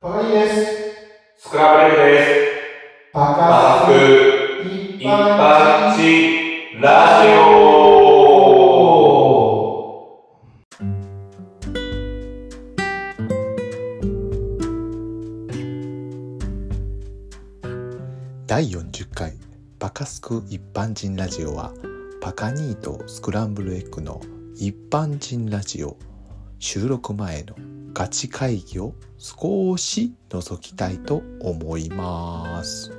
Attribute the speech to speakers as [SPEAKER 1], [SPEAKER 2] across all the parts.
[SPEAKER 1] 高木です。
[SPEAKER 2] スクランブルエッグです。
[SPEAKER 1] バ
[SPEAKER 2] マ
[SPEAKER 1] カ
[SPEAKER 2] スク
[SPEAKER 1] ス一
[SPEAKER 2] 一般
[SPEAKER 1] 人
[SPEAKER 2] 人ラジオ
[SPEAKER 3] 第40回バカスク一般人ラジオはパカニーとスクランブルエッグの一般人ラジオ収録前のガチ会議を少し覗きたいと思います。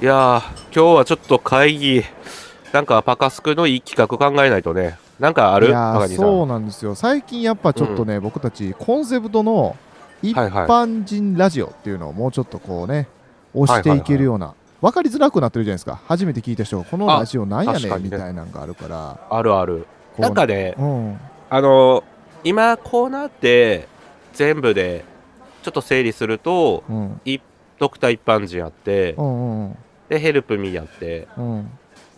[SPEAKER 2] いやー、今日はちょっと会議、なんかパカスクのいい企画考えないとね、なんかあ
[SPEAKER 1] い
[SPEAKER 2] る
[SPEAKER 1] や
[SPEAKER 2] 高
[SPEAKER 1] ー
[SPEAKER 2] 木さん。
[SPEAKER 1] そうなんですよ最近やっぱちょっとね、僕たちコンセプトの一
[SPEAKER 2] はいはい
[SPEAKER 1] 般人ラジオっていうのをもうちょっとこうね押していけるような、分かりづらくなってるじゃないですか初めて聞いた人がこのラジオなんや
[SPEAKER 2] 確
[SPEAKER 1] ね
[SPEAKER 2] か
[SPEAKER 1] ん
[SPEAKER 2] に
[SPEAKER 1] み
[SPEAKER 2] ね
[SPEAKER 1] たいなんがあるから
[SPEAKER 2] あるある。
[SPEAKER 1] こう
[SPEAKER 2] なんかね、
[SPEAKER 1] うん
[SPEAKER 2] あの、今コーナーって全部でちょっと整理すると、
[SPEAKER 1] うん
[SPEAKER 2] ドクター一般人やって
[SPEAKER 1] う、んうん
[SPEAKER 2] で、ヘルプミーやって、
[SPEAKER 1] うん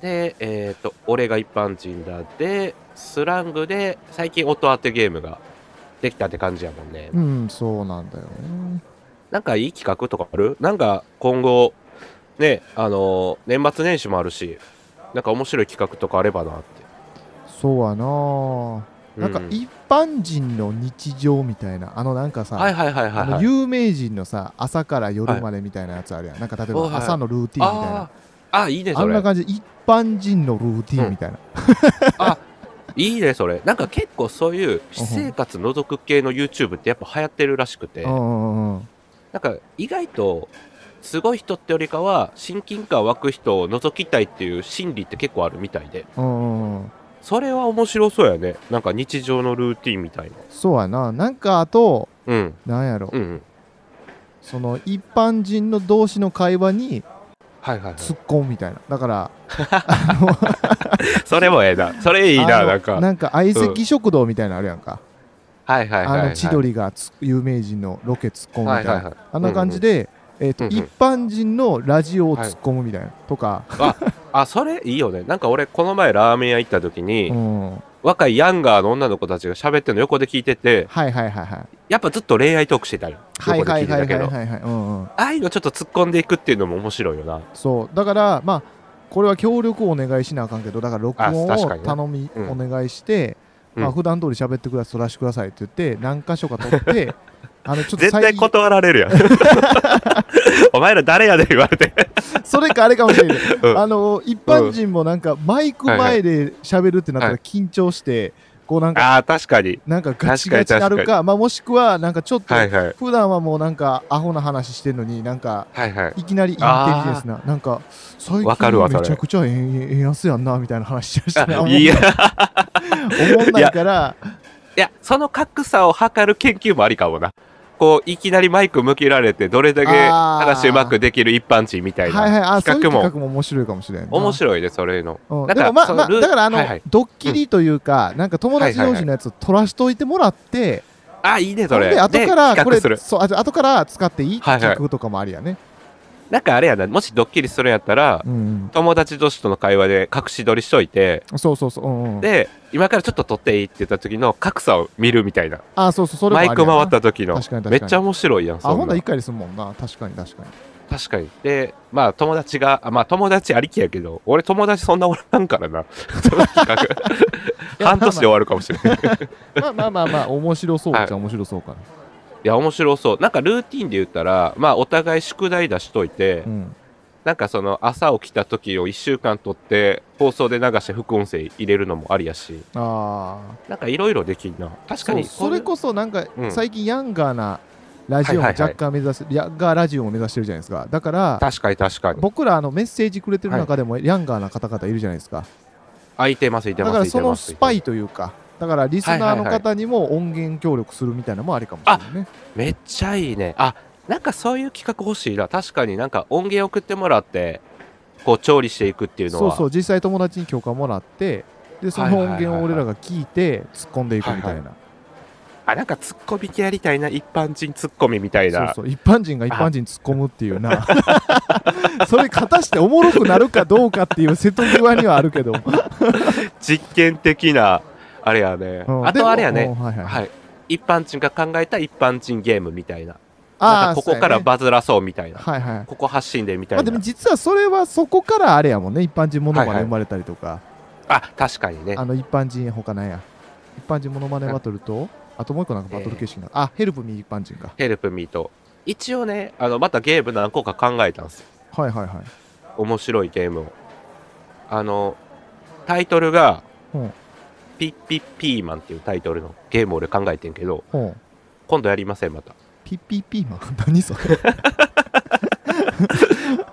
[SPEAKER 2] で、えっ、と、俺が一般人だで、スラングで、最近音当てゲームができたって感じやもんね。
[SPEAKER 1] うん、うん、そうなんだよね
[SPEAKER 2] なんかいい企画とかあるなんか今後、ね、あのー年末年始もあるし、なんか面白い企画とかあればなって。
[SPEAKER 1] そうやなーなんか
[SPEAKER 2] う
[SPEAKER 1] 一般人の日常みたいなあのなんかさ、
[SPEAKER 2] はいはいはいはい、
[SPEAKER 1] あの
[SPEAKER 2] はい。
[SPEAKER 1] 有名人のさ朝から夜までみたいなやつあるやん、なんか例え
[SPEAKER 2] はい
[SPEAKER 1] ば朝のルーティンみたいな、
[SPEAKER 2] あーあ、いいね、
[SPEAKER 1] あ
[SPEAKER 2] そ
[SPEAKER 1] んな
[SPEAKER 2] れ。
[SPEAKER 1] 感じで一般人のルーティンみたいな、
[SPEAKER 2] いいね、それ。なんか結構そういう私生活覗く系の YouTube ってやっぱ流行ってるらしくて、
[SPEAKER 1] うんうんうん
[SPEAKER 2] なんか意外と、すごい人ってよりかは、親近感湧く人を覗きたいっていう心理って結構あるみたいで、
[SPEAKER 1] うんうんうん
[SPEAKER 2] それは面白そうやね。なんか日常のルーティンみたいな。
[SPEAKER 1] そうやななんかあと
[SPEAKER 2] うん、
[SPEAKER 1] なんやろ、
[SPEAKER 2] うん、うん。
[SPEAKER 1] その一般人の同士の会話に
[SPEAKER 2] はいはい、はい。
[SPEAKER 1] 突っ込むみたいなだから
[SPEAKER 2] それもええな。それいい
[SPEAKER 1] あ
[SPEAKER 2] な、
[SPEAKER 1] の
[SPEAKER 2] なんか。
[SPEAKER 1] なんか相席食堂みたいなのあるやんか、
[SPEAKER 2] はいはいはい、はい。
[SPEAKER 1] あの千鳥がつ有名人のロケ突っ込むみた
[SPEAKER 2] はいい
[SPEAKER 1] な、
[SPEAKER 2] はいはい。
[SPEAKER 1] あんな感じで、えーと
[SPEAKER 2] うんうん
[SPEAKER 1] 一般人のラジオを突っ込むみたいな、とか、
[SPEAKER 2] あ、それいいよね。なんか俺、この前ラーメン屋行った時に、
[SPEAKER 1] うん、はい
[SPEAKER 2] 若いヤンガーの女の子たちが喋ってるの横で聞いてて、
[SPEAKER 1] はいはいはい
[SPEAKER 2] やっぱずっと恋愛トークしてたり、
[SPEAKER 1] はい
[SPEAKER 2] 横で
[SPEAKER 1] は
[SPEAKER 2] 聞い
[SPEAKER 1] い
[SPEAKER 2] て
[SPEAKER 1] はい
[SPEAKER 2] た
[SPEAKER 1] はい
[SPEAKER 2] けど。
[SPEAKER 1] はいはい、うんうん、
[SPEAKER 2] ああいうのちょっと突っ込んでいくっていうのも面白いよな。
[SPEAKER 1] そうだからまあこれは協力をお願いしなあかんけどだから録音
[SPEAKER 2] あ確か
[SPEAKER 1] を
[SPEAKER 2] にね
[SPEAKER 1] 頼み、
[SPEAKER 2] うん
[SPEAKER 1] お願いして、
[SPEAKER 2] うん
[SPEAKER 1] まあ普段通り喋ってくださいそらしてくださいって言って何箇所か撮ってあのちょっと
[SPEAKER 2] 絶対
[SPEAKER 1] 最近
[SPEAKER 2] 断られる やん。お前ら誰やで言われて。
[SPEAKER 1] それかあれかもしれない、
[SPEAKER 2] うん
[SPEAKER 1] あの一般人もなんかマイク前で喋るってなったら緊張して、こうなんか
[SPEAKER 2] ああ、確かに。
[SPEAKER 1] なんかガチガチになる
[SPEAKER 2] 確かに確
[SPEAKER 1] かまあ、もしくはなんかちょっと
[SPEAKER 2] はいはい。
[SPEAKER 1] 普段はもうなんかアホな話してるのになんか
[SPEAKER 2] はいはい。
[SPEAKER 1] いきなりインテリジェンスななんか最
[SPEAKER 2] わかるわ
[SPEAKER 1] 近
[SPEAKER 2] それ
[SPEAKER 1] めちゃくちゃええええやつやんなみたいな話をして
[SPEAKER 2] あ いや、
[SPEAKER 1] 思わないから
[SPEAKER 2] いや、その格差を測る研究もありかもな。こう、いきなりマイク向けられて、どれだけ
[SPEAKER 1] あー
[SPEAKER 2] 話うまくできる一般人みた
[SPEAKER 1] はいい
[SPEAKER 2] な。
[SPEAKER 1] はいあそういう
[SPEAKER 2] 企画も
[SPEAKER 1] 企画も面白いかもしれんな
[SPEAKER 2] 面白いね、それの。
[SPEAKER 1] うん
[SPEAKER 2] なん
[SPEAKER 1] で
[SPEAKER 2] か
[SPEAKER 1] もまあ
[SPEAKER 2] その
[SPEAKER 1] まあ
[SPEAKER 2] ルー
[SPEAKER 1] だからあの
[SPEAKER 2] はいはい
[SPEAKER 1] ドッキリというかなんか友達同士のやつを取らしといてもらって
[SPEAKER 2] あ、いいね、
[SPEAKER 1] ほ
[SPEAKER 2] そ
[SPEAKER 1] ん
[SPEAKER 2] れ。
[SPEAKER 1] で後から
[SPEAKER 2] で
[SPEAKER 1] こ
[SPEAKER 2] 企画
[SPEAKER 1] れ
[SPEAKER 2] する。
[SPEAKER 1] そうあと後から使っていいって
[SPEAKER 2] はいはい
[SPEAKER 1] 企画とかもありやね
[SPEAKER 2] なんかあれやな、もしドッキリするんやったら、
[SPEAKER 1] うん
[SPEAKER 2] 友達同士との会話で隠し撮りしといて、
[SPEAKER 1] うんそうそうそううんうん
[SPEAKER 2] で、今からちょっと撮っていいって言った時の格差を見るみたいな。
[SPEAKER 1] あそうそうそれもあ
[SPEAKER 2] マ
[SPEAKER 1] りや
[SPEAKER 2] イク
[SPEAKER 1] な
[SPEAKER 2] 回った時の
[SPEAKER 1] 確かに。確か
[SPEAKER 2] めっ
[SPEAKER 1] に
[SPEAKER 2] ちゃ面白いやん、
[SPEAKER 1] あ
[SPEAKER 2] そ
[SPEAKER 1] ほ
[SPEAKER 2] ん
[SPEAKER 1] んな
[SPEAKER 2] な
[SPEAKER 1] 一。回ですもんな確かに確かに
[SPEAKER 2] 確かに。で、まあ友達が、あまあ友達ありきやけど、俺友達そんなおらんから な。その企画。半年で終わるかもしれない。
[SPEAKER 1] まあまあまあまあ面白そうじゃ面白そうかない
[SPEAKER 2] や、面白そう。なんかルーティンで言ったら、まあお互い宿題出しといて、
[SPEAKER 1] うん
[SPEAKER 2] なんかその朝起きた時を1週間撮って放送で流して副音声入れるのもありやし
[SPEAKER 1] ああ
[SPEAKER 2] なんかいろいろできんな確かに
[SPEAKER 1] そうそれこそなんか
[SPEAKER 2] うん
[SPEAKER 1] 最近ヤンガーなラジオも
[SPEAKER 2] はいはいはい
[SPEAKER 1] 若干目指す、ヤンガーラジオを目指してるじゃないですかだから
[SPEAKER 2] 確かに確かに
[SPEAKER 1] 僕らあのメッセージくれてる中でもヤンガーな方々いるじゃないですか、
[SPEAKER 2] 空いてますいて
[SPEAKER 1] だ
[SPEAKER 2] ます
[SPEAKER 1] から
[SPEAKER 2] いて
[SPEAKER 1] そ
[SPEAKER 2] ま
[SPEAKER 1] の
[SPEAKER 2] す
[SPEAKER 1] スパ
[SPEAKER 2] い
[SPEAKER 1] イ
[SPEAKER 2] て
[SPEAKER 1] というかだからリスナーの方にも音源協力するみたいなのもありかもしれないね、
[SPEAKER 2] ますめっちゃいいねあなんかそういう企画欲しいな確かになんか音源送ってもらってこう調理していくっていうの
[SPEAKER 1] そう
[SPEAKER 2] は
[SPEAKER 1] そう実際友達に許可もらってでそ
[SPEAKER 2] はい
[SPEAKER 1] の
[SPEAKER 2] はい
[SPEAKER 1] 音
[SPEAKER 2] はいはい
[SPEAKER 1] 源を俺らが聞いて突っ込んでいくみたいな、
[SPEAKER 2] はいあ、なんかツッコミ系やりたいな、一般人ツッコミみたい
[SPEAKER 1] そう
[SPEAKER 2] な。
[SPEAKER 1] そう一般人が一般人突っ込むっていうな それ果たしておもろくなるかどうかっていう瀬戸際にはあるけど
[SPEAKER 2] 実験的な、あれやね。
[SPEAKER 1] うん
[SPEAKER 2] あ
[SPEAKER 1] でも
[SPEAKER 2] とあれやね。
[SPEAKER 1] はいはい
[SPEAKER 2] はい。一般人が考えた一般人ゲームみたいな。
[SPEAKER 1] あ
[SPEAKER 2] なん
[SPEAKER 1] あ
[SPEAKER 2] かここ
[SPEAKER 1] そ
[SPEAKER 2] から
[SPEAKER 1] うやね
[SPEAKER 2] バズらそうみたいな。
[SPEAKER 1] はいはい
[SPEAKER 2] ここ発信でみた
[SPEAKER 1] まあ
[SPEAKER 2] い
[SPEAKER 1] で
[SPEAKER 2] な。
[SPEAKER 1] も実はそれはそこからあれやもんね一般人モノマネ生まれたりとか、
[SPEAKER 2] あ、確かにね。
[SPEAKER 1] あの一般人他なんや一般人モノマネバトルとあともう一個なんかバトル形式な、あヘルプミー一般人か
[SPEAKER 2] ヘルプミーと。一応ね、あの、またゲーム何個か考えたんですよ。
[SPEAKER 1] はいはいはい
[SPEAKER 2] 面白いゲームを。あの、タイトルが
[SPEAKER 1] うん、
[SPEAKER 2] ピッピッピーマンっていうタイトルのゲームを俺考えてんけど、
[SPEAKER 1] ほう
[SPEAKER 2] 今度やりません、また。
[SPEAKER 1] ピッピッピーマン 何それ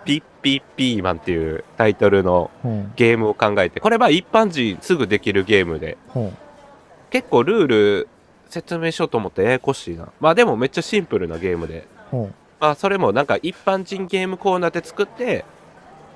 [SPEAKER 2] ピッピッピーマンっていうタイトルの
[SPEAKER 1] ほう
[SPEAKER 2] ゲームを考えて、これは一般人すぐできるゲームで、
[SPEAKER 1] ほ
[SPEAKER 2] 結構ルール説明しようと思ってややこしいな。まあでもめっちゃシンプルなゲームで、
[SPEAKER 1] うほう
[SPEAKER 2] まあそれもなんか一般人ゲームコーナーで作って、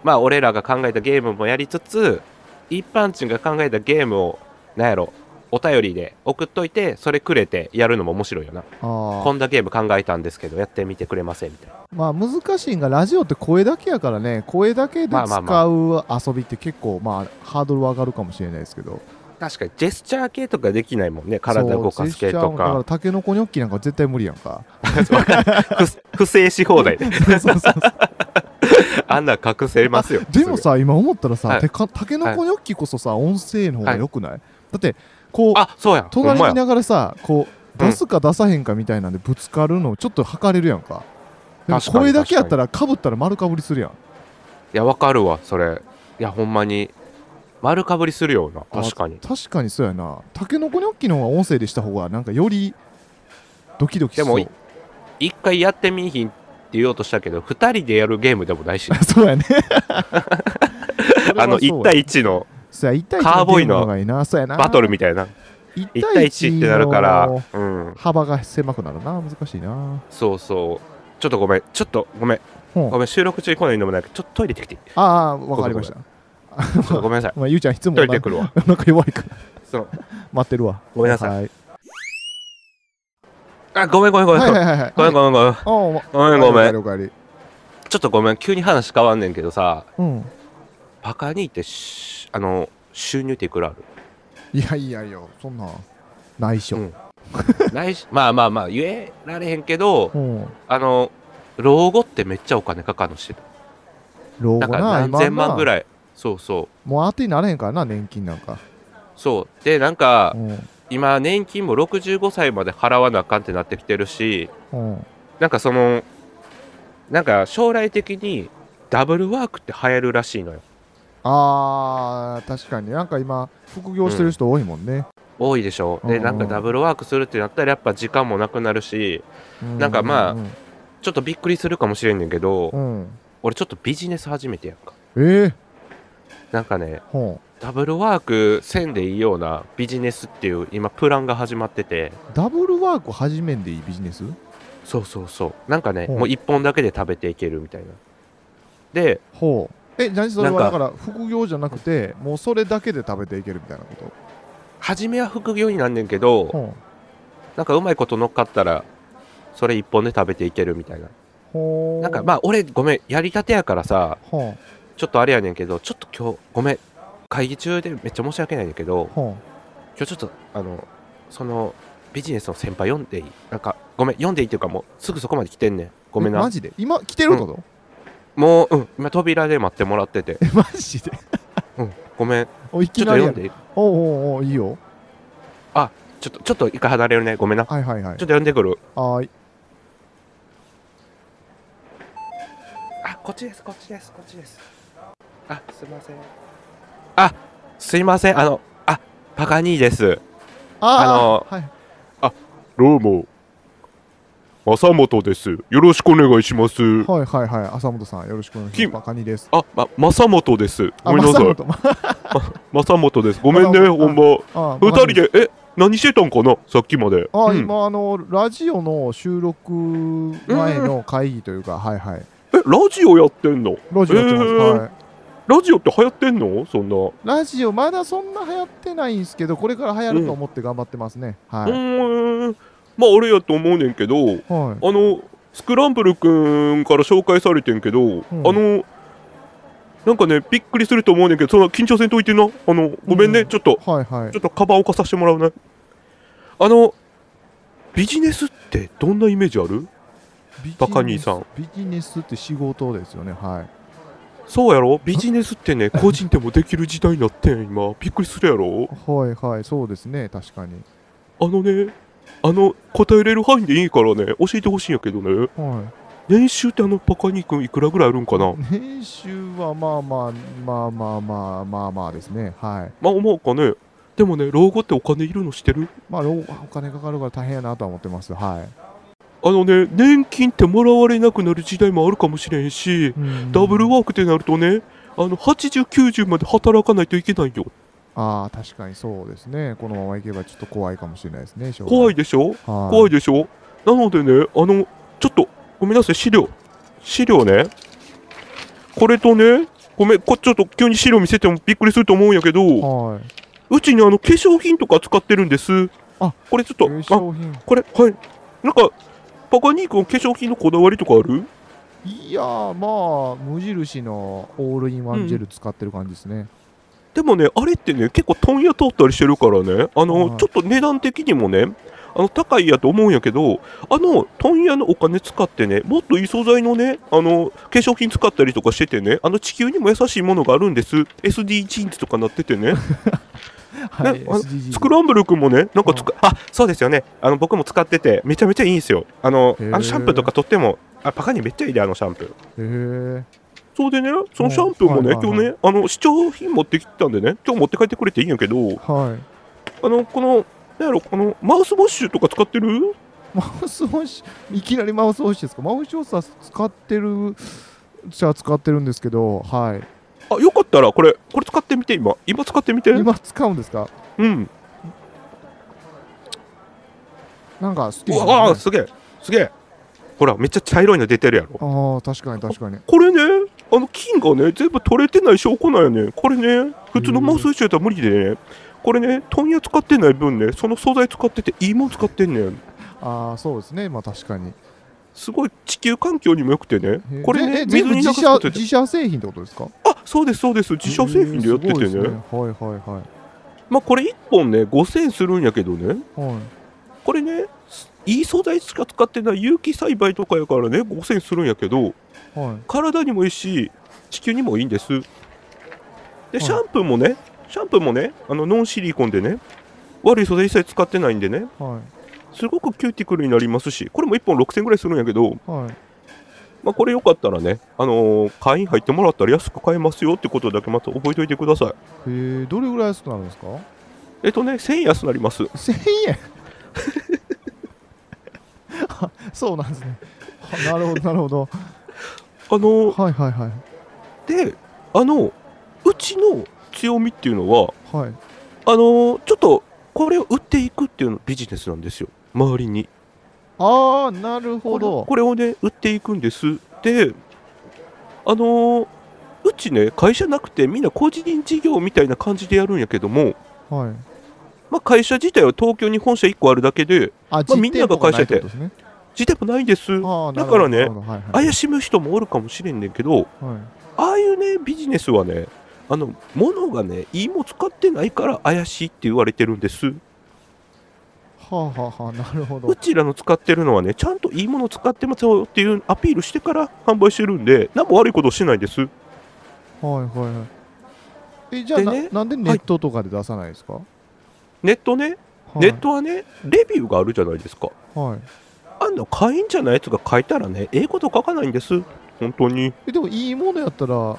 [SPEAKER 2] まあ俺らが考えたゲームもやりつつ、一般人が考えたゲームを、なんやろ、お便りで送っといて、それくれてやるのも面白いよな。
[SPEAKER 1] あ
[SPEAKER 2] こ
[SPEAKER 1] あ
[SPEAKER 2] んなゲーム考えたんですけど、やってみてくれませんみたいな。
[SPEAKER 1] まあ難しいんがラジオって声だけやからね声だけで
[SPEAKER 2] まあまあま
[SPEAKER 1] 使う遊びって結構まあハードルは上がるかもしれないですけど
[SPEAKER 2] 確かにジェスチャー系とかできないもんね。体動かす
[SPEAKER 1] そうジェス
[SPEAKER 2] 系と
[SPEAKER 1] チャーもだか
[SPEAKER 2] か。
[SPEAKER 1] らタケノコニョッキなんか絶対無理やんか
[SPEAKER 2] 不 不正し 放題で。
[SPEAKER 1] そうそうそう
[SPEAKER 2] あんな隠せますよ。
[SPEAKER 1] でも
[SPEAKER 2] すぐ、
[SPEAKER 1] さ今思ったらさ、
[SPEAKER 2] はい
[SPEAKER 1] てかタケノコニョッキこそさ、音声の方が良くない、だってこう
[SPEAKER 2] あ、そうやん。
[SPEAKER 1] 隣
[SPEAKER 2] ほ
[SPEAKER 1] に
[SPEAKER 2] ん
[SPEAKER 1] い
[SPEAKER 2] ま
[SPEAKER 1] な
[SPEAKER 2] や
[SPEAKER 1] がらさこう
[SPEAKER 2] うん
[SPEAKER 1] 出すか出さへんかみたいなんでぶつかるのちょっと測れるやんかでも
[SPEAKER 2] 確かに
[SPEAKER 1] 声だけやったらかぶったら丸かぶりするやん
[SPEAKER 2] いや、わかるわ、それ。いや、ほんまに。丸かぶりするような。確かに。
[SPEAKER 1] 確かにそうやなタケノコニョッキの方が音声でした方がなんかよりドキドキし
[SPEAKER 2] で
[SPEAKER 1] そ
[SPEAKER 2] も
[SPEAKER 1] う
[SPEAKER 2] い一回やってみいひんって言おうとしたけど、二人でやるゲームでもないし。
[SPEAKER 1] そうやね
[SPEAKER 2] あの、一対一の
[SPEAKER 1] そうや1対1
[SPEAKER 2] カーボーイの
[SPEAKER 1] の方がいいなそうやな
[SPEAKER 2] バトルみたいな。
[SPEAKER 1] 1
[SPEAKER 2] 一対一ってなるから
[SPEAKER 1] の。
[SPEAKER 2] うん。
[SPEAKER 1] 幅が狭くなるな難しいな
[SPEAKER 2] そうそう。ちょっとごめん。ちょっとごめん。
[SPEAKER 1] ほう
[SPEAKER 2] ごめん。収録中に来ないのもないけど、ちょっとトイレ行ってきていい。
[SPEAKER 1] ああわかりました。
[SPEAKER 2] ちょっとごめんなさい
[SPEAKER 1] まあゆうちゃんいつも
[SPEAKER 2] トイレ
[SPEAKER 1] な
[SPEAKER 2] 行って くるわ。
[SPEAKER 1] なんか弱いから
[SPEAKER 2] そう。
[SPEAKER 1] 待ってるわ
[SPEAKER 2] ごめんなさい
[SPEAKER 1] はい
[SPEAKER 2] あ、ごめんごめんごめん。
[SPEAKER 1] はいはいはい
[SPEAKER 2] ご
[SPEAKER 1] は
[SPEAKER 2] め
[SPEAKER 1] い
[SPEAKER 2] んごめんごめん。
[SPEAKER 1] ごめん
[SPEAKER 2] ごめんごめん。
[SPEAKER 1] おかえり
[SPEAKER 2] ちょっとごめん、急に話変わんねんけどさ、
[SPEAKER 1] おかえりうん
[SPEAKER 2] バカにってし、あの、収入っていくらある
[SPEAKER 1] いやいやいやそんな内緒
[SPEAKER 2] うないし、 まあまあまあ、言えられへんけど、
[SPEAKER 1] うん
[SPEAKER 2] あの、老後ってめっちゃお金かかるのしてる。
[SPEAKER 1] 老後
[SPEAKER 2] だから
[SPEAKER 1] な
[SPEAKER 2] 何
[SPEAKER 1] 今
[SPEAKER 2] 千万ぐ
[SPEAKER 1] い
[SPEAKER 2] らい。そうそ
[SPEAKER 1] もう当てになれへんからな年金なんか
[SPEAKER 2] う。そう。で、なんか
[SPEAKER 1] う、ん
[SPEAKER 2] 今、年金も65歳まで払わなあかんってなってきてるし、
[SPEAKER 1] うん
[SPEAKER 2] なんかその、なんか将来的にダブルワークって流行るらしいのよ。
[SPEAKER 1] あー確かになんか今副業してる人多いもんね
[SPEAKER 2] 多いでしょ。
[SPEAKER 1] う
[SPEAKER 2] で、
[SPEAKER 1] ん
[SPEAKER 2] なんかダブルワークするってなったらやっぱ時間もなくなるし、
[SPEAKER 1] う
[SPEAKER 2] なんかまあ
[SPEAKER 1] うん
[SPEAKER 2] ちょっとびっくりするかもしれんねんけど、
[SPEAKER 1] うん
[SPEAKER 2] 俺ちょっとビジネス始めてやんか。
[SPEAKER 1] ええ
[SPEAKER 2] なんかね、
[SPEAKER 1] ほう
[SPEAKER 2] ダブルワークせんでいいようなビジネスっていう今プランが始まってて、
[SPEAKER 1] ダブルワーク始めんでいいビジネス
[SPEAKER 2] そうそうそう。なんかね、
[SPEAKER 1] うん
[SPEAKER 2] もう一本だけで食べていけるみたいな。で、
[SPEAKER 1] ほうえ何それは
[SPEAKER 2] な
[SPEAKER 1] だ
[SPEAKER 2] んか
[SPEAKER 1] から副業じゃなくてもうそれだけで食べていけるみたいなこ
[SPEAKER 2] 初めは副業になんねんけ
[SPEAKER 1] と
[SPEAKER 2] ど、
[SPEAKER 1] ほう
[SPEAKER 2] なんかうまいこと乗っかったら、それ一本で食べていけるみたいな。
[SPEAKER 1] ほう
[SPEAKER 2] なんかまあ俺ごめん、やりたてやからさ、
[SPEAKER 1] ほう
[SPEAKER 2] ちょっとあれやねんけど、ちょっと今日ごめん、会議中でめっちゃ申し訳ないんだけど、
[SPEAKER 1] ほ
[SPEAKER 2] 今日ちょっとあのそのビジネスの先輩読んでいいなんかごめん読んでいいっていうかもうすぐそこまで来てんねん
[SPEAKER 1] う
[SPEAKER 2] ごめん
[SPEAKER 1] え
[SPEAKER 2] な
[SPEAKER 1] マジで今来てるってこと、
[SPEAKER 2] もううん今扉で待ってもらってて
[SPEAKER 1] マジで
[SPEAKER 2] ごめん
[SPEAKER 1] おいき
[SPEAKER 2] ちょっと
[SPEAKER 1] なり
[SPEAKER 2] 読
[SPEAKER 1] や
[SPEAKER 2] んでいい
[SPEAKER 1] おうおうおういいよ
[SPEAKER 2] ちょっとちょっと一回離れるねごめんなちょっ
[SPEAKER 1] はいはいはい
[SPEAKER 2] と読んでくる
[SPEAKER 1] はーい
[SPEAKER 2] あこっちですこっちですこっちですあすいませんあすいませんあのあパガニーですあの
[SPEAKER 1] ーはい
[SPEAKER 4] どうも。正本です。よろしくお願いします。
[SPEAKER 1] はいはいはい浅本さんよろしくお願いし
[SPEAKER 4] キ
[SPEAKER 1] ます
[SPEAKER 4] ム
[SPEAKER 1] バカニです
[SPEAKER 4] あ、ま、正本です。ごめんなさ
[SPEAKER 1] あ
[SPEAKER 4] い。
[SPEAKER 1] 正本
[SPEAKER 4] 正本です。ごめんね、
[SPEAKER 1] 正
[SPEAKER 4] ほ
[SPEAKER 1] 本
[SPEAKER 4] んま。
[SPEAKER 1] あ
[SPEAKER 4] 二人
[SPEAKER 1] で
[SPEAKER 4] で、え、何してたんかなさっきまで。
[SPEAKER 1] あ、
[SPEAKER 4] うん
[SPEAKER 1] 今あのラジオの収録前の会議というか、はいはい
[SPEAKER 4] え、ラジオやってんの
[SPEAKER 1] ラジオやってます、
[SPEAKER 4] へー
[SPEAKER 1] はい
[SPEAKER 4] ラジオって流行ってんのそんな。
[SPEAKER 1] ラジオまだそんな流行ってないんですけどこれから流行ると思って頑張ってますね、は
[SPEAKER 4] う
[SPEAKER 1] い、
[SPEAKER 4] ーん。まあ、俺やと思うねんけど、
[SPEAKER 1] はい、
[SPEAKER 4] あの、スクランブルくんから紹介されてんけど、あの、なんかね、びっくりすると思うねんけど、そんな緊張せんといてな。あの、ごめんね、
[SPEAKER 1] うん
[SPEAKER 4] ちょっと、
[SPEAKER 1] はいはい
[SPEAKER 4] ちょっとカバン置かさせてもらうね。あの、ビジネスってどんなイメージあるバカ兄さん
[SPEAKER 1] ビジネスって仕事ですよねはい
[SPEAKER 4] そうやろビジネスってね、個人でもできる時代になってん、今。びっくりするやろ
[SPEAKER 1] はいはいそうですね確かに
[SPEAKER 4] あのね、あの、答えれる範囲でいいからね、教えてほしいんやけどね。
[SPEAKER 1] は
[SPEAKER 4] 年収ってあの、バカ兄くんいくらぐらいあるんかな、
[SPEAKER 1] い年収はまあまあまあまあまあまあまあですねはい
[SPEAKER 4] まあ思うかね。でもね、老後ってお金いるの知ってる
[SPEAKER 1] まあ老お金かかるから大変やなとは思ってますは
[SPEAKER 4] あのね、年金ってもらわれなくなる時代もあるかもしれんし、
[SPEAKER 1] いうん
[SPEAKER 4] ダブルワークってなるとね、あの、80、90まで働かないといけないよ。
[SPEAKER 1] ああ確かにそうですねこのままいけばちょっと怖いかもしれないですね
[SPEAKER 4] 怖
[SPEAKER 1] い
[SPEAKER 4] いでしょ怖
[SPEAKER 1] 怖
[SPEAKER 4] いでしょなのでね、あの、ちょっと、ごめんなさい、資料。資料ね。これとね、ごめん、こちょっと急に資料見せてもびっくりすると思うんやけど、
[SPEAKER 1] はいう
[SPEAKER 4] ちにあの、化粧品とか使ってるんです。
[SPEAKER 1] あ
[SPEAKER 4] これちょ
[SPEAKER 1] 化
[SPEAKER 4] っと、あ、
[SPEAKER 1] 粧品
[SPEAKER 4] これ、はい。なんか、パカニー君、化粧品のこだわりとかある
[SPEAKER 1] いやーまあ無印のオールインワンジェル使ってる感じですね、
[SPEAKER 4] でもね、あれってね、結構問屋通ったりしてるからね、あの、
[SPEAKER 1] はい
[SPEAKER 4] ちょっと値段的にもね、あの高いやと思うんやけど、あの問屋のお金使ってね、もっといい素材のね、あの化粧品使ったりとかしててね、あの地球にも優しいものがあるんです、SDGs とかなって て
[SPEAKER 1] は
[SPEAKER 4] ね、
[SPEAKER 1] い
[SPEAKER 4] あの
[SPEAKER 1] SDGs
[SPEAKER 4] スクランブル君もね、なんかつく、あそうですよね、あの僕も使ってて、めちゃめちゃいいんですよ、あのあ
[SPEAKER 1] へー
[SPEAKER 4] のシャンプーとかとっても、あパカにめっちゃいいで、あのシャンプー。
[SPEAKER 1] へー
[SPEAKER 4] そうでね、そのシャンプーもね、
[SPEAKER 1] うんはい
[SPEAKER 4] 今
[SPEAKER 1] はいはい
[SPEAKER 4] 日ね、あの、視聴品持ってきたんでね、今日持って帰ってくれていいんやけど、
[SPEAKER 1] はい
[SPEAKER 4] あの、この、なんやろ、この、マウスウォッシュとか使ってる
[SPEAKER 1] マウスウォッシュいきなりマウスウォッシュですかマウスウォッシュ使ってるじゃあ使ってるんですけどはい
[SPEAKER 4] あ、よかったら、これ、これ使ってみて、今。今使ってみて。
[SPEAKER 1] 今使うんですか
[SPEAKER 4] うん。
[SPEAKER 1] なんか好き
[SPEAKER 4] う
[SPEAKER 1] ですね
[SPEAKER 4] わあ、すげえ。すげえ。ほら、めっちゃ茶色いの出てるやろ。
[SPEAKER 1] ああ確かに確かに
[SPEAKER 4] これね、あの、金がね、全部取れてない証拠なんやね。これね、普通のマウスウォッシュやったら無理でね。これね、問屋使ってない分ね、その素材使ってて、いいもん使ってんねん。
[SPEAKER 1] ああそうですねまあ確かに
[SPEAKER 4] すごい地球環境にも良くてね
[SPEAKER 1] へー、
[SPEAKER 4] これ
[SPEAKER 1] ええ
[SPEAKER 4] ね、
[SPEAKER 1] 全部
[SPEAKER 4] 水に流
[SPEAKER 1] 自
[SPEAKER 4] す
[SPEAKER 1] 社
[SPEAKER 4] ことで
[SPEAKER 1] 自社製品ってことですか
[SPEAKER 4] あそうです、そうです、自社製品でやってて
[SPEAKER 1] へーすごい
[SPEAKER 4] ね、
[SPEAKER 1] ですねはいはいはい
[SPEAKER 4] まあこれ1本ね、5000円するんやけどね、
[SPEAKER 1] はい
[SPEAKER 4] これね、すいい素材しか使ってない有機栽培とかやからね、5000円するんやけど、
[SPEAKER 1] はい
[SPEAKER 4] 体にもいいし、地球にもいいんです。で、
[SPEAKER 1] い
[SPEAKER 4] シャンプーもね、シャンプーもね、あのノンシリコンでね、悪い素材一切使ってないんでね、
[SPEAKER 1] は
[SPEAKER 4] すごくキューティクルになりますし、これも1本6000円ぐらいするんやけど、
[SPEAKER 1] いはい
[SPEAKER 4] まあ、これよかったらね、あのー会員入ってもらったら安く買えますよってことだけまた覚えておいてください。
[SPEAKER 1] えー、どれぐらい安くなるんですか
[SPEAKER 4] えっとね、1000円安くなります。
[SPEAKER 1] 1000円 あそうなんですねはなるほどなるほど
[SPEAKER 4] あのー
[SPEAKER 1] はいはいはい
[SPEAKER 4] で、あの、うちの強みっていうのは、
[SPEAKER 1] はい
[SPEAKER 4] あのーちょっとこれを売っていくっていうのビジネスなんですよ、周りに。
[SPEAKER 1] ああなるほ
[SPEAKER 4] これ
[SPEAKER 1] ど
[SPEAKER 4] これをね、売っていくんです。で、あのーうちね、会社なくて、みんな個人事業みたいな感じでやるんやけども、
[SPEAKER 1] はい
[SPEAKER 4] まあ、会社自体は東京に本社1個あるだけで、
[SPEAKER 1] あ、
[SPEAKER 4] まあみんなが会社
[SPEAKER 1] っ
[SPEAKER 4] ってて
[SPEAKER 1] ことですね
[SPEAKER 4] 自体もないです。
[SPEAKER 1] あーなるほど
[SPEAKER 4] だからね
[SPEAKER 1] なるほどはいはい
[SPEAKER 4] 怪しむ人もおるかもしれんねんけど、
[SPEAKER 1] はい
[SPEAKER 4] ああいうね、ビジネスはね、あの、物がね、いいも使ってないから怪しいって言われてるんです。
[SPEAKER 1] はあはあはあなるほど
[SPEAKER 4] うちらの使ってるのはね、ちゃんといいものを使ってますよっていうアピールしてから販売してるんで、何も悪いことをしないです。
[SPEAKER 1] はいはいはいえじゃあ
[SPEAKER 4] で
[SPEAKER 1] な,、
[SPEAKER 4] ね
[SPEAKER 1] んでネットとかで出さないですか、
[SPEAKER 4] ネットね、ネットはね、レビューがあるじゃないですか。
[SPEAKER 1] トはい
[SPEAKER 4] あんな会員じゃないやつが書いたらね、ええこと書かないんです。本当に。
[SPEAKER 1] えでもいいものやったら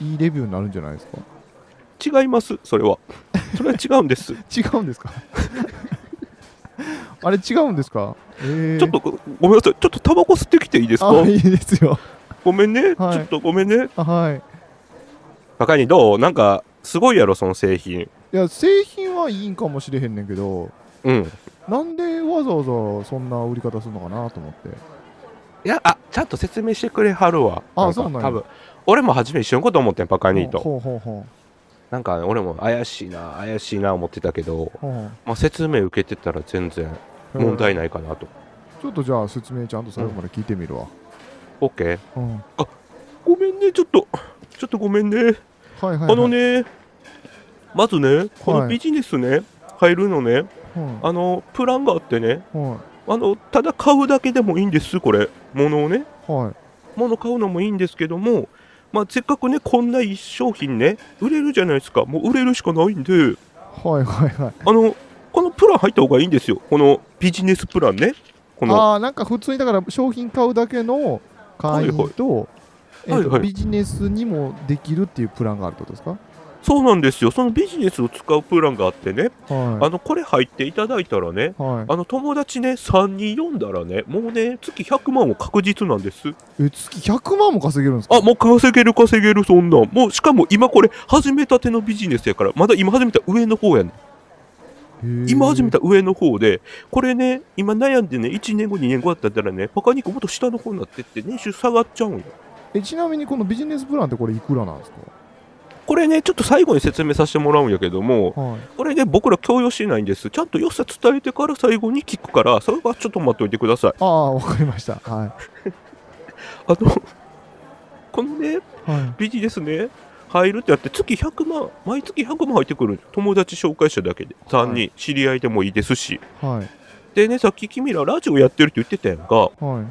[SPEAKER 1] いいレビューになるんじゃないですか
[SPEAKER 4] 違います、それは。それは違うん です。
[SPEAKER 1] 違うんですかあれ違うんですかえー、
[SPEAKER 4] ちょっとごごめんなさい、ちょっとタバコ吸ってきていいですか
[SPEAKER 1] あいいですよ
[SPEAKER 4] ごめんね、
[SPEAKER 1] はい
[SPEAKER 4] ちょっとごめんね。
[SPEAKER 1] あ はい
[SPEAKER 4] バカにどうなんか、すごいやろ、その製品。
[SPEAKER 1] いや製品はいいんかもしれへんねんけど
[SPEAKER 4] うん。
[SPEAKER 1] なんでわざわざそんな売り方するのかなと思って
[SPEAKER 2] いや、あ、ちゃんと説明してくれはるわ。
[SPEAKER 1] あ
[SPEAKER 2] か
[SPEAKER 1] そうなんや
[SPEAKER 2] 多分俺も初め一緒のこと思ってん、パカニーと。
[SPEAKER 1] ほうほうほ
[SPEAKER 2] なんか、俺も怪しいな、怪しいな思ってたけど、
[SPEAKER 1] うほうほう
[SPEAKER 2] まあ、説明受けてたら全然
[SPEAKER 1] へー
[SPEAKER 2] 問題ないかなと。
[SPEAKER 1] ちょっとじゃあ説明ちゃんと最後まで聞いてみるわ、
[SPEAKER 2] オッケー
[SPEAKER 1] うんはい
[SPEAKER 4] ごめんね、ちょっと、ちょっとごめんね。
[SPEAKER 1] はい、はい、
[SPEAKER 4] あのね、まずね、このビジネスね、入るのね、
[SPEAKER 1] うん、
[SPEAKER 4] あの、プランがあってね、
[SPEAKER 1] は
[SPEAKER 4] あの、ただ買うだけでもいいんです、これ、物をね。
[SPEAKER 1] いはい
[SPEAKER 4] 物買うのもいいんですけども、まあ、せっかくね、こんないい商品ね、売れるじゃないですか。もう売れるしかないんで、
[SPEAKER 1] はいはいはい
[SPEAKER 4] あの、このプラン入った方がいいんですよ。このビジネスプランね。この、
[SPEAKER 1] ああーなんか普通にだから商品買うだけの会員と,、え
[SPEAKER 4] はい
[SPEAKER 1] ーと
[SPEAKER 4] はい
[SPEAKER 1] ビジネスにもできるっていうプランがあるってことですか
[SPEAKER 4] そうなんですよ。そのビジネスを使うプランがあってね、
[SPEAKER 1] は
[SPEAKER 4] あの、これ入っていただいたらね、
[SPEAKER 1] い、は
[SPEAKER 4] あの友達ね、3人読んだらね、もうね、月100万は確実なんです。
[SPEAKER 1] い、え月100万も稼げるんですか
[SPEAKER 4] あ、もう稼げる稼げる、そんなん。もう、しかも今これ、始めたてのビジネスやから、まだ今始めた上の方やねん。今始め
[SPEAKER 1] た
[SPEAKER 4] た上の方で、これね、今悩んでね、1年後、2年後だったらね、パカニコもっと下の方になってって、年収下がっちゃうんよ。
[SPEAKER 1] えちなみにこのビジネスプランってこれいくらなんです
[SPEAKER 4] これね、ちょっと最後に説明させてもらうんやけども、
[SPEAKER 1] かはい
[SPEAKER 4] これね、僕ら強要しないんです。ちゃんと良さ伝えてから最後に聞くから、それはちょっと待っておいてください。
[SPEAKER 1] ああわかりましたは
[SPEAKER 4] あの、このね、
[SPEAKER 1] い、は
[SPEAKER 4] ビジネスね、入るってやって、月100万、毎月100万入ってくるんよ友達紹介者だけで、3人、
[SPEAKER 1] は
[SPEAKER 4] 知り合いでもいいですし。
[SPEAKER 1] いはい
[SPEAKER 4] でね、さっき君らラジオやってるって言ってたやんか。
[SPEAKER 1] は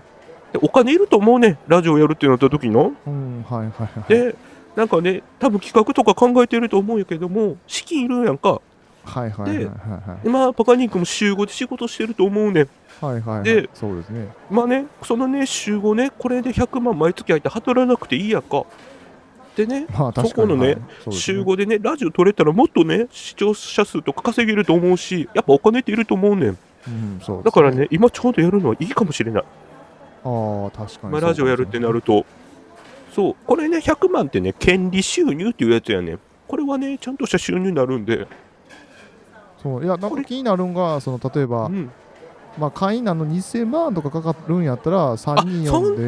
[SPEAKER 4] でお金いると思うね、ラジオやるってなった時の。
[SPEAKER 1] いうんはいはいはい
[SPEAKER 4] で、なんかね、多分企画とか考えてると思うんやけども、資金いるやんか。
[SPEAKER 1] はいはいはい
[SPEAKER 4] で
[SPEAKER 1] は
[SPEAKER 4] でまあ、パカニンクも週5で仕事してると思うねん。
[SPEAKER 1] いはいはいはい
[SPEAKER 4] で
[SPEAKER 1] そうですね
[SPEAKER 4] まあね、そのね、週5ね、これで100万毎月入って働かなくていいやんか。でね、
[SPEAKER 1] まあ確かに
[SPEAKER 4] そこのね
[SPEAKER 1] はいそうです
[SPEAKER 4] 週5でね、ラジオ取れたらもっとね、視聴者数とか稼げると思うし、やっぱお金っていると思うねん。
[SPEAKER 1] うんそうです
[SPEAKER 4] だからね、今ちょうどやるのはいいかもしれない。
[SPEAKER 1] ああ確かに
[SPEAKER 4] まあ、ラジオやるってなると。そう、これね、100万ってね、権利収入っていうやつやねん。これはね、ちゃんとした収入になるんで。
[SPEAKER 1] そういやなん
[SPEAKER 4] こ
[SPEAKER 1] か
[SPEAKER 4] れ
[SPEAKER 1] 気になるんがその例えば、
[SPEAKER 4] うん。
[SPEAKER 1] まあ、会員なの2000万とかかかるんやったら3人呼んで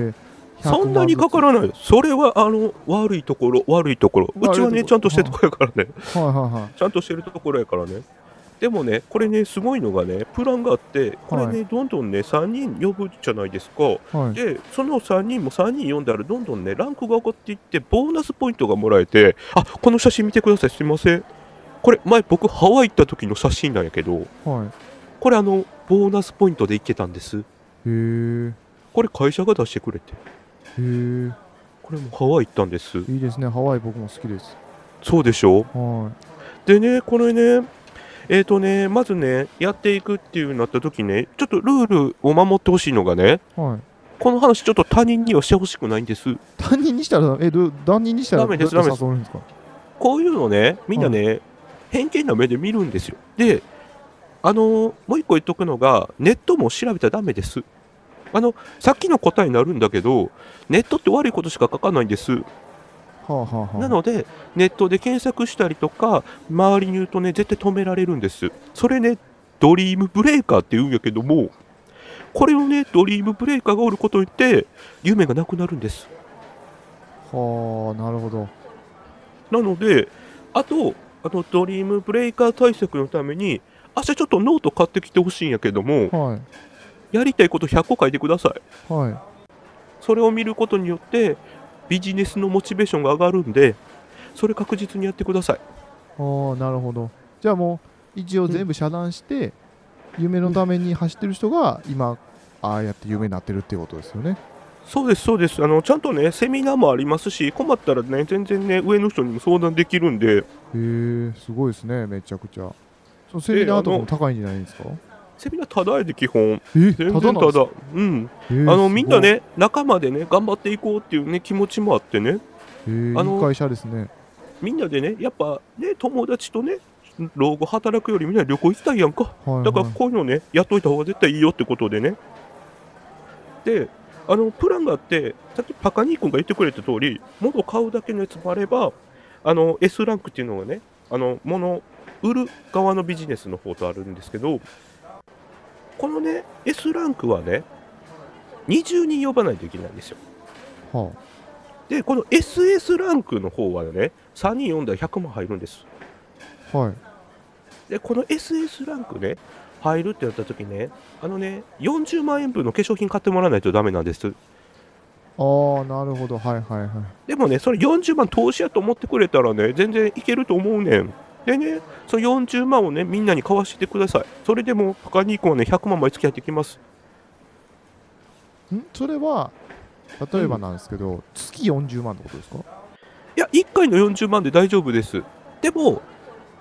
[SPEAKER 1] 100万
[SPEAKER 4] そんなにかからない。それは、あの、悪いところ、悪いところ。うちは
[SPEAKER 1] 悪いところ
[SPEAKER 4] ね、ちゃんとしてるところやからね。
[SPEAKER 1] ずつはいはいはい
[SPEAKER 4] ちゃんとしてるところやからね。でもね、これね、すごいのがね、プランがあって、これね、
[SPEAKER 1] は
[SPEAKER 4] どんどんね、3人呼ぶじゃないですか。
[SPEAKER 1] はい
[SPEAKER 4] で、その3人も3人読んだら、どんどんね、ランクが上がっていって、ボーナスポイントがもらえて、あこの写真見てください、すいません。これ、前、僕、ハワイ行った時の写真なんやけど、
[SPEAKER 1] はいへ
[SPEAKER 4] これ、あの、ボーナスポイントで行けたんです。
[SPEAKER 1] え
[SPEAKER 4] これ、会社が出してくれて、
[SPEAKER 1] へ
[SPEAKER 4] これもハワイ行ったんです。
[SPEAKER 1] えいいですねハワイ僕も好きです
[SPEAKER 4] そうでしょ
[SPEAKER 1] は
[SPEAKER 4] でね、これね、えっ、とね、まずね、やっていくっていうようになった時ね、ちょっとルールを守ってほしいのがね、
[SPEAKER 1] いはい
[SPEAKER 4] この話、ちょっと他人にはしてほしくないんです。
[SPEAKER 1] 担任にしたらえどう担任にしたら
[SPEAKER 4] ダメです
[SPEAKER 1] どうやっ
[SPEAKER 4] ダメで
[SPEAKER 1] て
[SPEAKER 4] す
[SPEAKER 1] 誘うんですか
[SPEAKER 4] こういうのね、みんなね、偏見な目で見るんですよ。で、あのーもう一個言っとくのが、ネットも調べたらダメです。あの、さっきの答えになるんだけど、ネットって悪いことしか書かないんです。
[SPEAKER 1] はあはあはあ
[SPEAKER 4] なので、ネットで検索したりとか、周りに言うとね、絶対止められるんです。それね、ドリームブレーカーって言うんやけども、これをね、ドリームブレーカーがおることによって、夢がなくなるんです。
[SPEAKER 1] はあなるほど
[SPEAKER 4] なので、あと、あのドリームブレイカー対策のために、明日ちょっとノート買ってきてほしいんやけども、
[SPEAKER 1] はい
[SPEAKER 4] やりたいこと100個書いてください。
[SPEAKER 1] はい
[SPEAKER 4] それを見ることによって、ビジネスのモチベーションが上がるんで、それ確実にやってください。
[SPEAKER 1] ああなるほどじゃあもう一応全部遮断して、夢のために走ってる人が今ああやって夢になってるっていうことですよね
[SPEAKER 4] そうです、そうです。あの、ちゃんとね、セミナーもありますし、困ったらね、全然ね、上の人にも相談できるんで、
[SPEAKER 1] へえすごいですねめちゃくちゃそのセミナーとかも高いんじゃないんですか
[SPEAKER 4] セミナーただやで基本。
[SPEAKER 1] えた
[SPEAKER 4] 全
[SPEAKER 1] だ
[SPEAKER 4] 然
[SPEAKER 1] なん
[SPEAKER 4] た
[SPEAKER 1] ですか
[SPEAKER 4] だ。う
[SPEAKER 1] え
[SPEAKER 4] ん。あ
[SPEAKER 1] ーすご
[SPEAKER 4] の、
[SPEAKER 1] い
[SPEAKER 4] みんなね、仲間でね、頑張っていこうっていうね、気持ちもあってね、
[SPEAKER 1] えー
[SPEAKER 4] あの
[SPEAKER 1] いい会社ですね
[SPEAKER 4] みんなでね、やっぱね、友達とね、老後働くよりみんな旅行行きたいやんか。
[SPEAKER 1] はい、はい、
[SPEAKER 4] だからこういうのね、やっといた方が絶対いいよってことでね。で、あの、プランがあって、さっきパカニー君が言ってくれた通り、物を買うだけのやつもあれば、あの、S ランクっていうのがね、あの、物を売る側のビジネスの方とあるんですけど、このね、S ランクはね、 20人呼ばないといけないんですよ。
[SPEAKER 1] は
[SPEAKER 4] で、この SS ランクの方はね、3人呼んだら100万入るんです。
[SPEAKER 1] あはい
[SPEAKER 4] で、この SS ランクね、入るってなった時ね、あのね、40万円分の化粧品買ってもらわないとダメなんです。
[SPEAKER 1] ああなるほどはいはいはい
[SPEAKER 4] でもね、それ40万投資やと思ってくれたらね、全然いけると思うねん。でね、その40万をね、みんなに買わしてください。それでも、パカニーコはね、100万毎月入ってきます。
[SPEAKER 1] んそれは例えばなんですけど、月40万ってことですか
[SPEAKER 4] いや、1回の40万で大丈夫です。でも、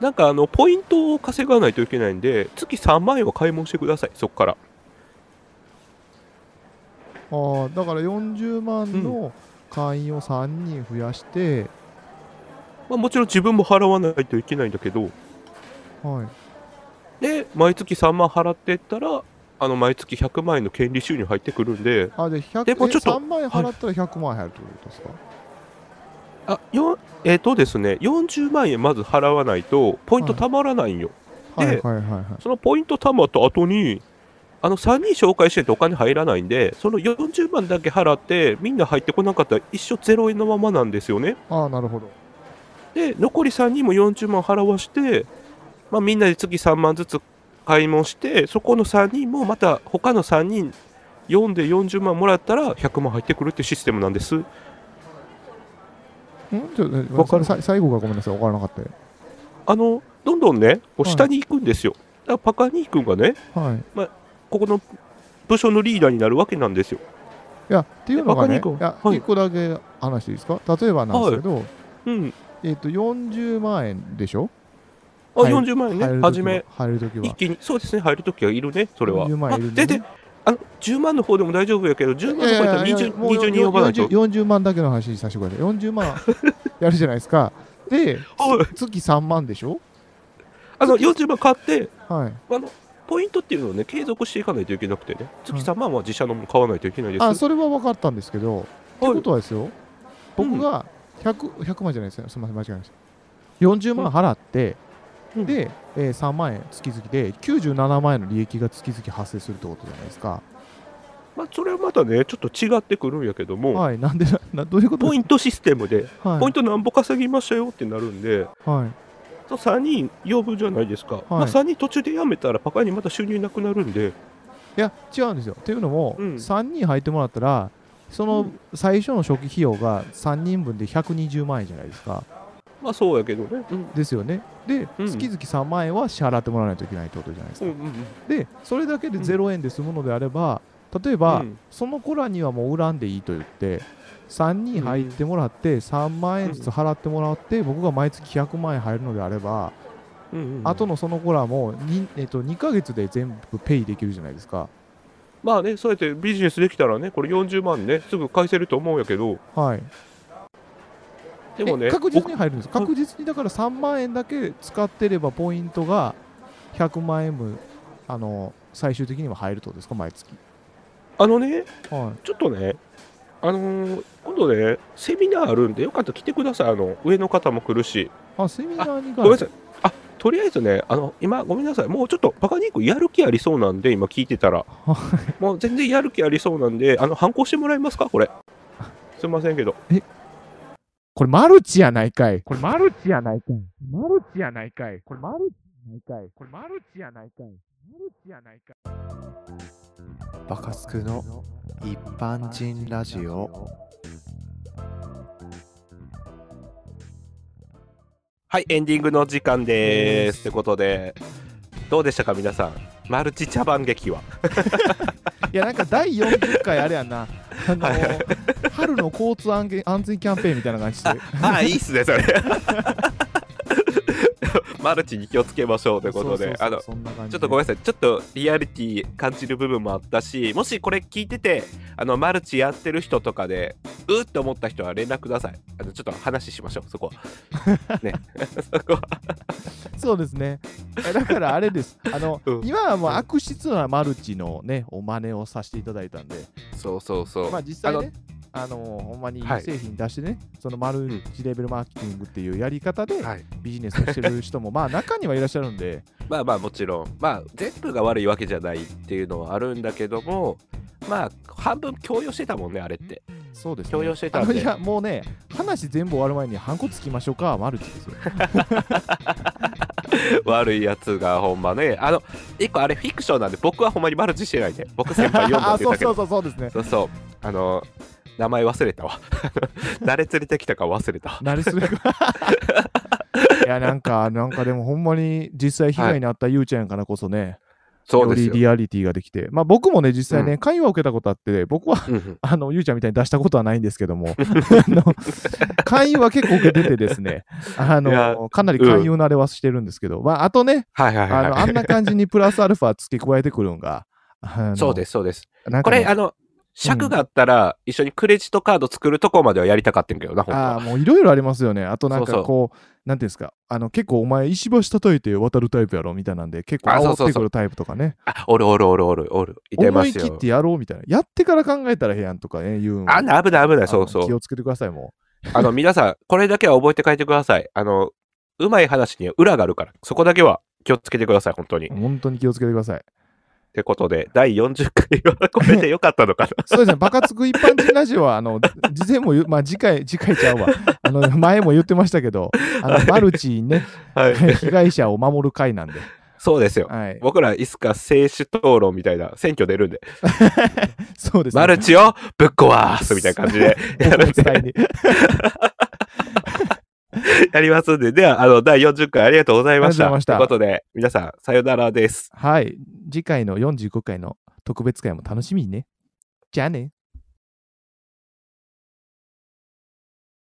[SPEAKER 4] なんかあの、ポイントを稼がないといけないんで、月3万円は買い物してください、そっから。
[SPEAKER 1] ああだから40万の会員を3人増やして、
[SPEAKER 4] まあ、もちろん自分も払わないといけないんだけど、
[SPEAKER 1] はい
[SPEAKER 4] で、毎月3万払ってったら、あの、毎月100万円の権利収入入ってくるんで、
[SPEAKER 1] あで100
[SPEAKER 4] でも
[SPEAKER 1] え
[SPEAKER 4] ちょっと
[SPEAKER 1] 3万円払ったら100万円入るってことですか、
[SPEAKER 4] あ、よ、えっ、とですね、40万円まず払わないと、ポイント貯まらないんよ。
[SPEAKER 1] は、
[SPEAKER 4] はい
[SPEAKER 1] はい
[SPEAKER 4] いで
[SPEAKER 1] はいはいはい
[SPEAKER 4] そのポイント貯まった後に、あの3人紹介しててお金入らないんで、その40万だけ払って、みんな入ってこなかったら一生0円のままなんですよね。
[SPEAKER 1] ああなるほど
[SPEAKER 4] で、残り3人も40万払わして、まあ、みんなで月3万ずつ買い物して、そこの3人もまた他の3人読んで40万もらったら100万入ってくるっていうシステムなんです。
[SPEAKER 1] んちょっと
[SPEAKER 4] わかる
[SPEAKER 1] さい最後がごめんなさい分からなかったよ
[SPEAKER 4] あの、どんどんね、こう
[SPEAKER 1] はい
[SPEAKER 4] 下に行くんですよ。だからパカニー君がね、
[SPEAKER 1] はい
[SPEAKER 4] ここの部署のリーダーになるわけなんですよ。
[SPEAKER 1] いやっていうのがね
[SPEAKER 4] えバカ
[SPEAKER 1] い
[SPEAKER 4] ニコ
[SPEAKER 1] や
[SPEAKER 4] はい
[SPEAKER 1] 1個だけ話していいですか例えばなんですけど、
[SPEAKER 4] うん。
[SPEAKER 1] えっ、と40万円でしょ
[SPEAKER 4] あ、
[SPEAKER 1] はい
[SPEAKER 4] 40万円ね、初め。
[SPEAKER 1] 入るときは
[SPEAKER 4] 一気にそうですね入るときはいるねそれは
[SPEAKER 1] 40万いるね
[SPEAKER 4] あ全然あの10万の方でも大丈夫やけど10万の方やったら
[SPEAKER 1] いやいやいや
[SPEAKER 4] 20,
[SPEAKER 1] もう
[SPEAKER 4] 20人呼ばないと
[SPEAKER 1] 40 40万だけの話にさせてください40万やるじゃないです かで
[SPEAKER 4] はい
[SPEAKER 1] 月3万でしょ
[SPEAKER 4] あの40万買って
[SPEAKER 1] はい
[SPEAKER 4] あのポイントっていうのをね継続していかないといけなくてね月3万は自社のもの買わないといけないです、
[SPEAKER 1] あそれは分かったんですけどって
[SPEAKER 4] はい
[SPEAKER 1] ことはですよ僕が 100, 100万じゃないですよすみません間違えました40万払って、
[SPEAKER 4] うん
[SPEAKER 1] で、えー3万円月々で97万円の利益が月々発生するってことじゃないですか、
[SPEAKER 4] まあ、それはまたねちょっと違ってくるんやけども、
[SPEAKER 1] はいなんでななどういうこと
[SPEAKER 4] ポイントシステムで
[SPEAKER 1] ト、はい、
[SPEAKER 4] ポイントなんぼ稼ぎましたよってなるんで、
[SPEAKER 1] はい
[SPEAKER 4] その3人呼ぶじゃないですか、まあ、3人途中でやめたらパカにまた収入なくなるんで
[SPEAKER 1] いや違うんですよ。っていうのも、
[SPEAKER 4] うん
[SPEAKER 1] 3人入ってもらったらそうの
[SPEAKER 4] ん
[SPEAKER 1] 最初の初期費用が3人分で120万円じゃないですか。
[SPEAKER 4] まあそうやけどねうん
[SPEAKER 1] ですよね。で、
[SPEAKER 4] うん
[SPEAKER 1] 月々3万円は支払ってもらわないといけないってことじゃないです
[SPEAKER 4] う
[SPEAKER 1] か。
[SPEAKER 4] んうんうん
[SPEAKER 1] でそれだけで
[SPEAKER 4] うん
[SPEAKER 1] 0円で済むのであれば例えば、
[SPEAKER 4] うん
[SPEAKER 1] その子らにはもう恨んでいいと言って3人入ってもらって3万円ずつ払ってもらって、僕が毎月100万円入るのであれば、
[SPEAKER 4] うんうんうん
[SPEAKER 1] 後のその子らも 2,、えっと、2ヶ月で全部ペイできるじゃないですか。
[SPEAKER 4] まあね、そうやってビジネスできたらね、これ40万ね、すぐ返せると思うんやけど、
[SPEAKER 1] はい、
[SPEAKER 4] でも
[SPEAKER 1] え
[SPEAKER 4] ね、
[SPEAKER 1] 確実に
[SPEAKER 4] 僕
[SPEAKER 1] 入るんです
[SPEAKER 4] 僕
[SPEAKER 1] 確実にだから3万円だけ使ってればポイントが100万円分あの最終的には入るってことですか毎月
[SPEAKER 4] あのね、
[SPEAKER 1] は
[SPEAKER 4] ちょっとね、あのー今度ね、セミナーあるんで、よかったら来てください。あの、上の方も来るし。
[SPEAKER 1] いあセミナーに
[SPEAKER 4] ごめん
[SPEAKER 1] 関
[SPEAKER 4] なさい。あ、とりあえずね、あの、今、ごめんなさい。もうちょっと、バカニークやる気ありそうなんで、今聞いてたら。もう全然やる気ありそうなんで、あの、反抗してもらえますかこれ。すいませんけど。
[SPEAKER 1] これマルチやないかいこれマルチやないかいマルチやないかいこれマルチやないかいこれマルチやないかいマルチやないかい
[SPEAKER 3] バカスクの一般人ラジオ
[SPEAKER 2] はい、エンディングの時間です。ってことで、どうでしたか、皆さん。マルチ茶番劇は。
[SPEAKER 1] いやなんか第40回あれや んなあの春の交通安全安全キャンペーンみたいな感じで
[SPEAKER 2] あ、いいっすね、それ。マルチに気をつけましょうということで、あ の、
[SPEAKER 1] そんな感
[SPEAKER 2] ち
[SPEAKER 1] じで
[SPEAKER 2] ょっとごめんなさい、ちょっとリアリティ感じる部分もあったし、もしこれ聞いてて、あのマルチやってる人とかで、うーって思った人は連絡ください。あのちょっと話しましょう、そこ は。ね、 そこは。
[SPEAKER 1] そうですね。えだからあれ です。あの、
[SPEAKER 2] うん
[SPEAKER 1] 今はもう
[SPEAKER 2] うん
[SPEAKER 1] 悪質なマルチのね、お真似をさせていただいたんで、
[SPEAKER 2] そうそうそう。
[SPEAKER 1] まあ実際ね、あのほんまに
[SPEAKER 2] はい
[SPEAKER 1] 製品出してね、そのマルチレベルマーケティングっていうやり方で
[SPEAKER 2] はい、
[SPEAKER 1] ビジネスをしてる 人も、まあ中にはいらっしゃるんで、
[SPEAKER 2] まあまあもちろん、まあ全部が悪いわけじゃないっていうのはあるんだけども、まあ半分強要してたもんねあ れって
[SPEAKER 1] そうですね
[SPEAKER 2] 強要してた
[SPEAKER 1] あ
[SPEAKER 2] ん
[SPEAKER 1] の
[SPEAKER 2] で
[SPEAKER 1] いやもうね話全部終わる前にハンコつきましょうかマルチで すよ
[SPEAKER 2] 悪いやつがほんまねあの一個あれフィクションなんで僕はほんまにマルチしてないんで僕先輩読ん だ
[SPEAKER 1] あ
[SPEAKER 2] って言
[SPEAKER 1] そ
[SPEAKER 2] っ
[SPEAKER 1] う
[SPEAKER 2] たけ
[SPEAKER 1] そ
[SPEAKER 2] ど
[SPEAKER 1] うそうそうですね
[SPEAKER 2] そうそうあの名前忘れ たわ誰連れてきたか忘れた
[SPEAKER 1] 慣れす ればいやなんかなんかでもほんまに実際被害に遭ったゆうちゃんやからこそね、
[SPEAKER 2] そう
[SPEAKER 1] よ
[SPEAKER 2] です
[SPEAKER 1] り
[SPEAKER 2] よ、
[SPEAKER 1] リアリティができてまあ僕もね実際ね、会話を受けたことあって 僕は
[SPEAKER 2] うんうん
[SPEAKER 1] あのゆうちゃんみたいに出したことはないんですけども あの勧誘は結構受けててですねあ
[SPEAKER 2] いや
[SPEAKER 1] のかなり勧誘慣れはしてるんですけど、まああとね
[SPEAKER 2] はいはいは
[SPEAKER 1] あ
[SPEAKER 2] い、
[SPEAKER 1] の
[SPEAKER 2] は
[SPEAKER 1] あ
[SPEAKER 2] い
[SPEAKER 1] んな感じにプラスアルファ付け加えてくるんがあの
[SPEAKER 2] そうですそうです
[SPEAKER 1] なん
[SPEAKER 2] こ
[SPEAKER 1] かね
[SPEAKER 2] れあの尺があったら一緒にクレジットカード作るとこまではやりたかったんけどなほんと
[SPEAKER 1] ああ
[SPEAKER 2] は
[SPEAKER 1] ーもういろいろありますよね。あとなん
[SPEAKER 2] そうそ
[SPEAKER 1] か
[SPEAKER 2] う
[SPEAKER 1] こう、なんていうんですか、あの結構お前石橋叩いて渡るタイプやろみたいなんで、結構
[SPEAKER 2] あそう
[SPEAKER 1] 煽
[SPEAKER 2] そ
[SPEAKER 1] っ
[SPEAKER 2] う
[SPEAKER 1] て
[SPEAKER 2] そ
[SPEAKER 1] く
[SPEAKER 2] う
[SPEAKER 1] るタイプとかね。
[SPEAKER 2] あおるおるおるおるおるいてま
[SPEAKER 1] 思
[SPEAKER 2] す
[SPEAKER 1] い切っ
[SPEAKER 2] よ
[SPEAKER 1] てやろうみたいな。やってから考えたらへやんとかね、言うんは。
[SPEAKER 2] あんな危ない危ないそう
[SPEAKER 1] あの
[SPEAKER 2] そ
[SPEAKER 1] 気
[SPEAKER 2] う
[SPEAKER 1] をつけてください、も
[SPEAKER 2] あの皆さんこれだけは覚えて帰ってくださいあのうまい話には裏があるからそこだけは気をつけてください本当に
[SPEAKER 1] う。本当に気をつけてください。
[SPEAKER 2] ってことで、第40回はこれでよかったのかな
[SPEAKER 1] そうですね、バカつく一般人ラジオは、あの、事前も言う、まあ次回、次回ちゃうわ。あの、前も言ってましたけど、あの、マルチ ね、
[SPEAKER 2] はい。
[SPEAKER 1] 被害者を守る会なんで。
[SPEAKER 2] そうですよ。
[SPEAKER 1] はい。
[SPEAKER 2] 僕らいつか政治討論みたいな選挙出るんで、
[SPEAKER 1] そうですね。
[SPEAKER 2] マルチをぶっ壊すみたいな感じでやるん
[SPEAKER 1] 僕の
[SPEAKER 2] で
[SPEAKER 1] 伝えに
[SPEAKER 2] やりますんで、では、あの、第40回ありがとうございました。
[SPEAKER 1] ありがとうございました
[SPEAKER 2] ということで、皆さん、さよならです。
[SPEAKER 1] はい。次回の45回の特別会も楽しみにね。じゃあね。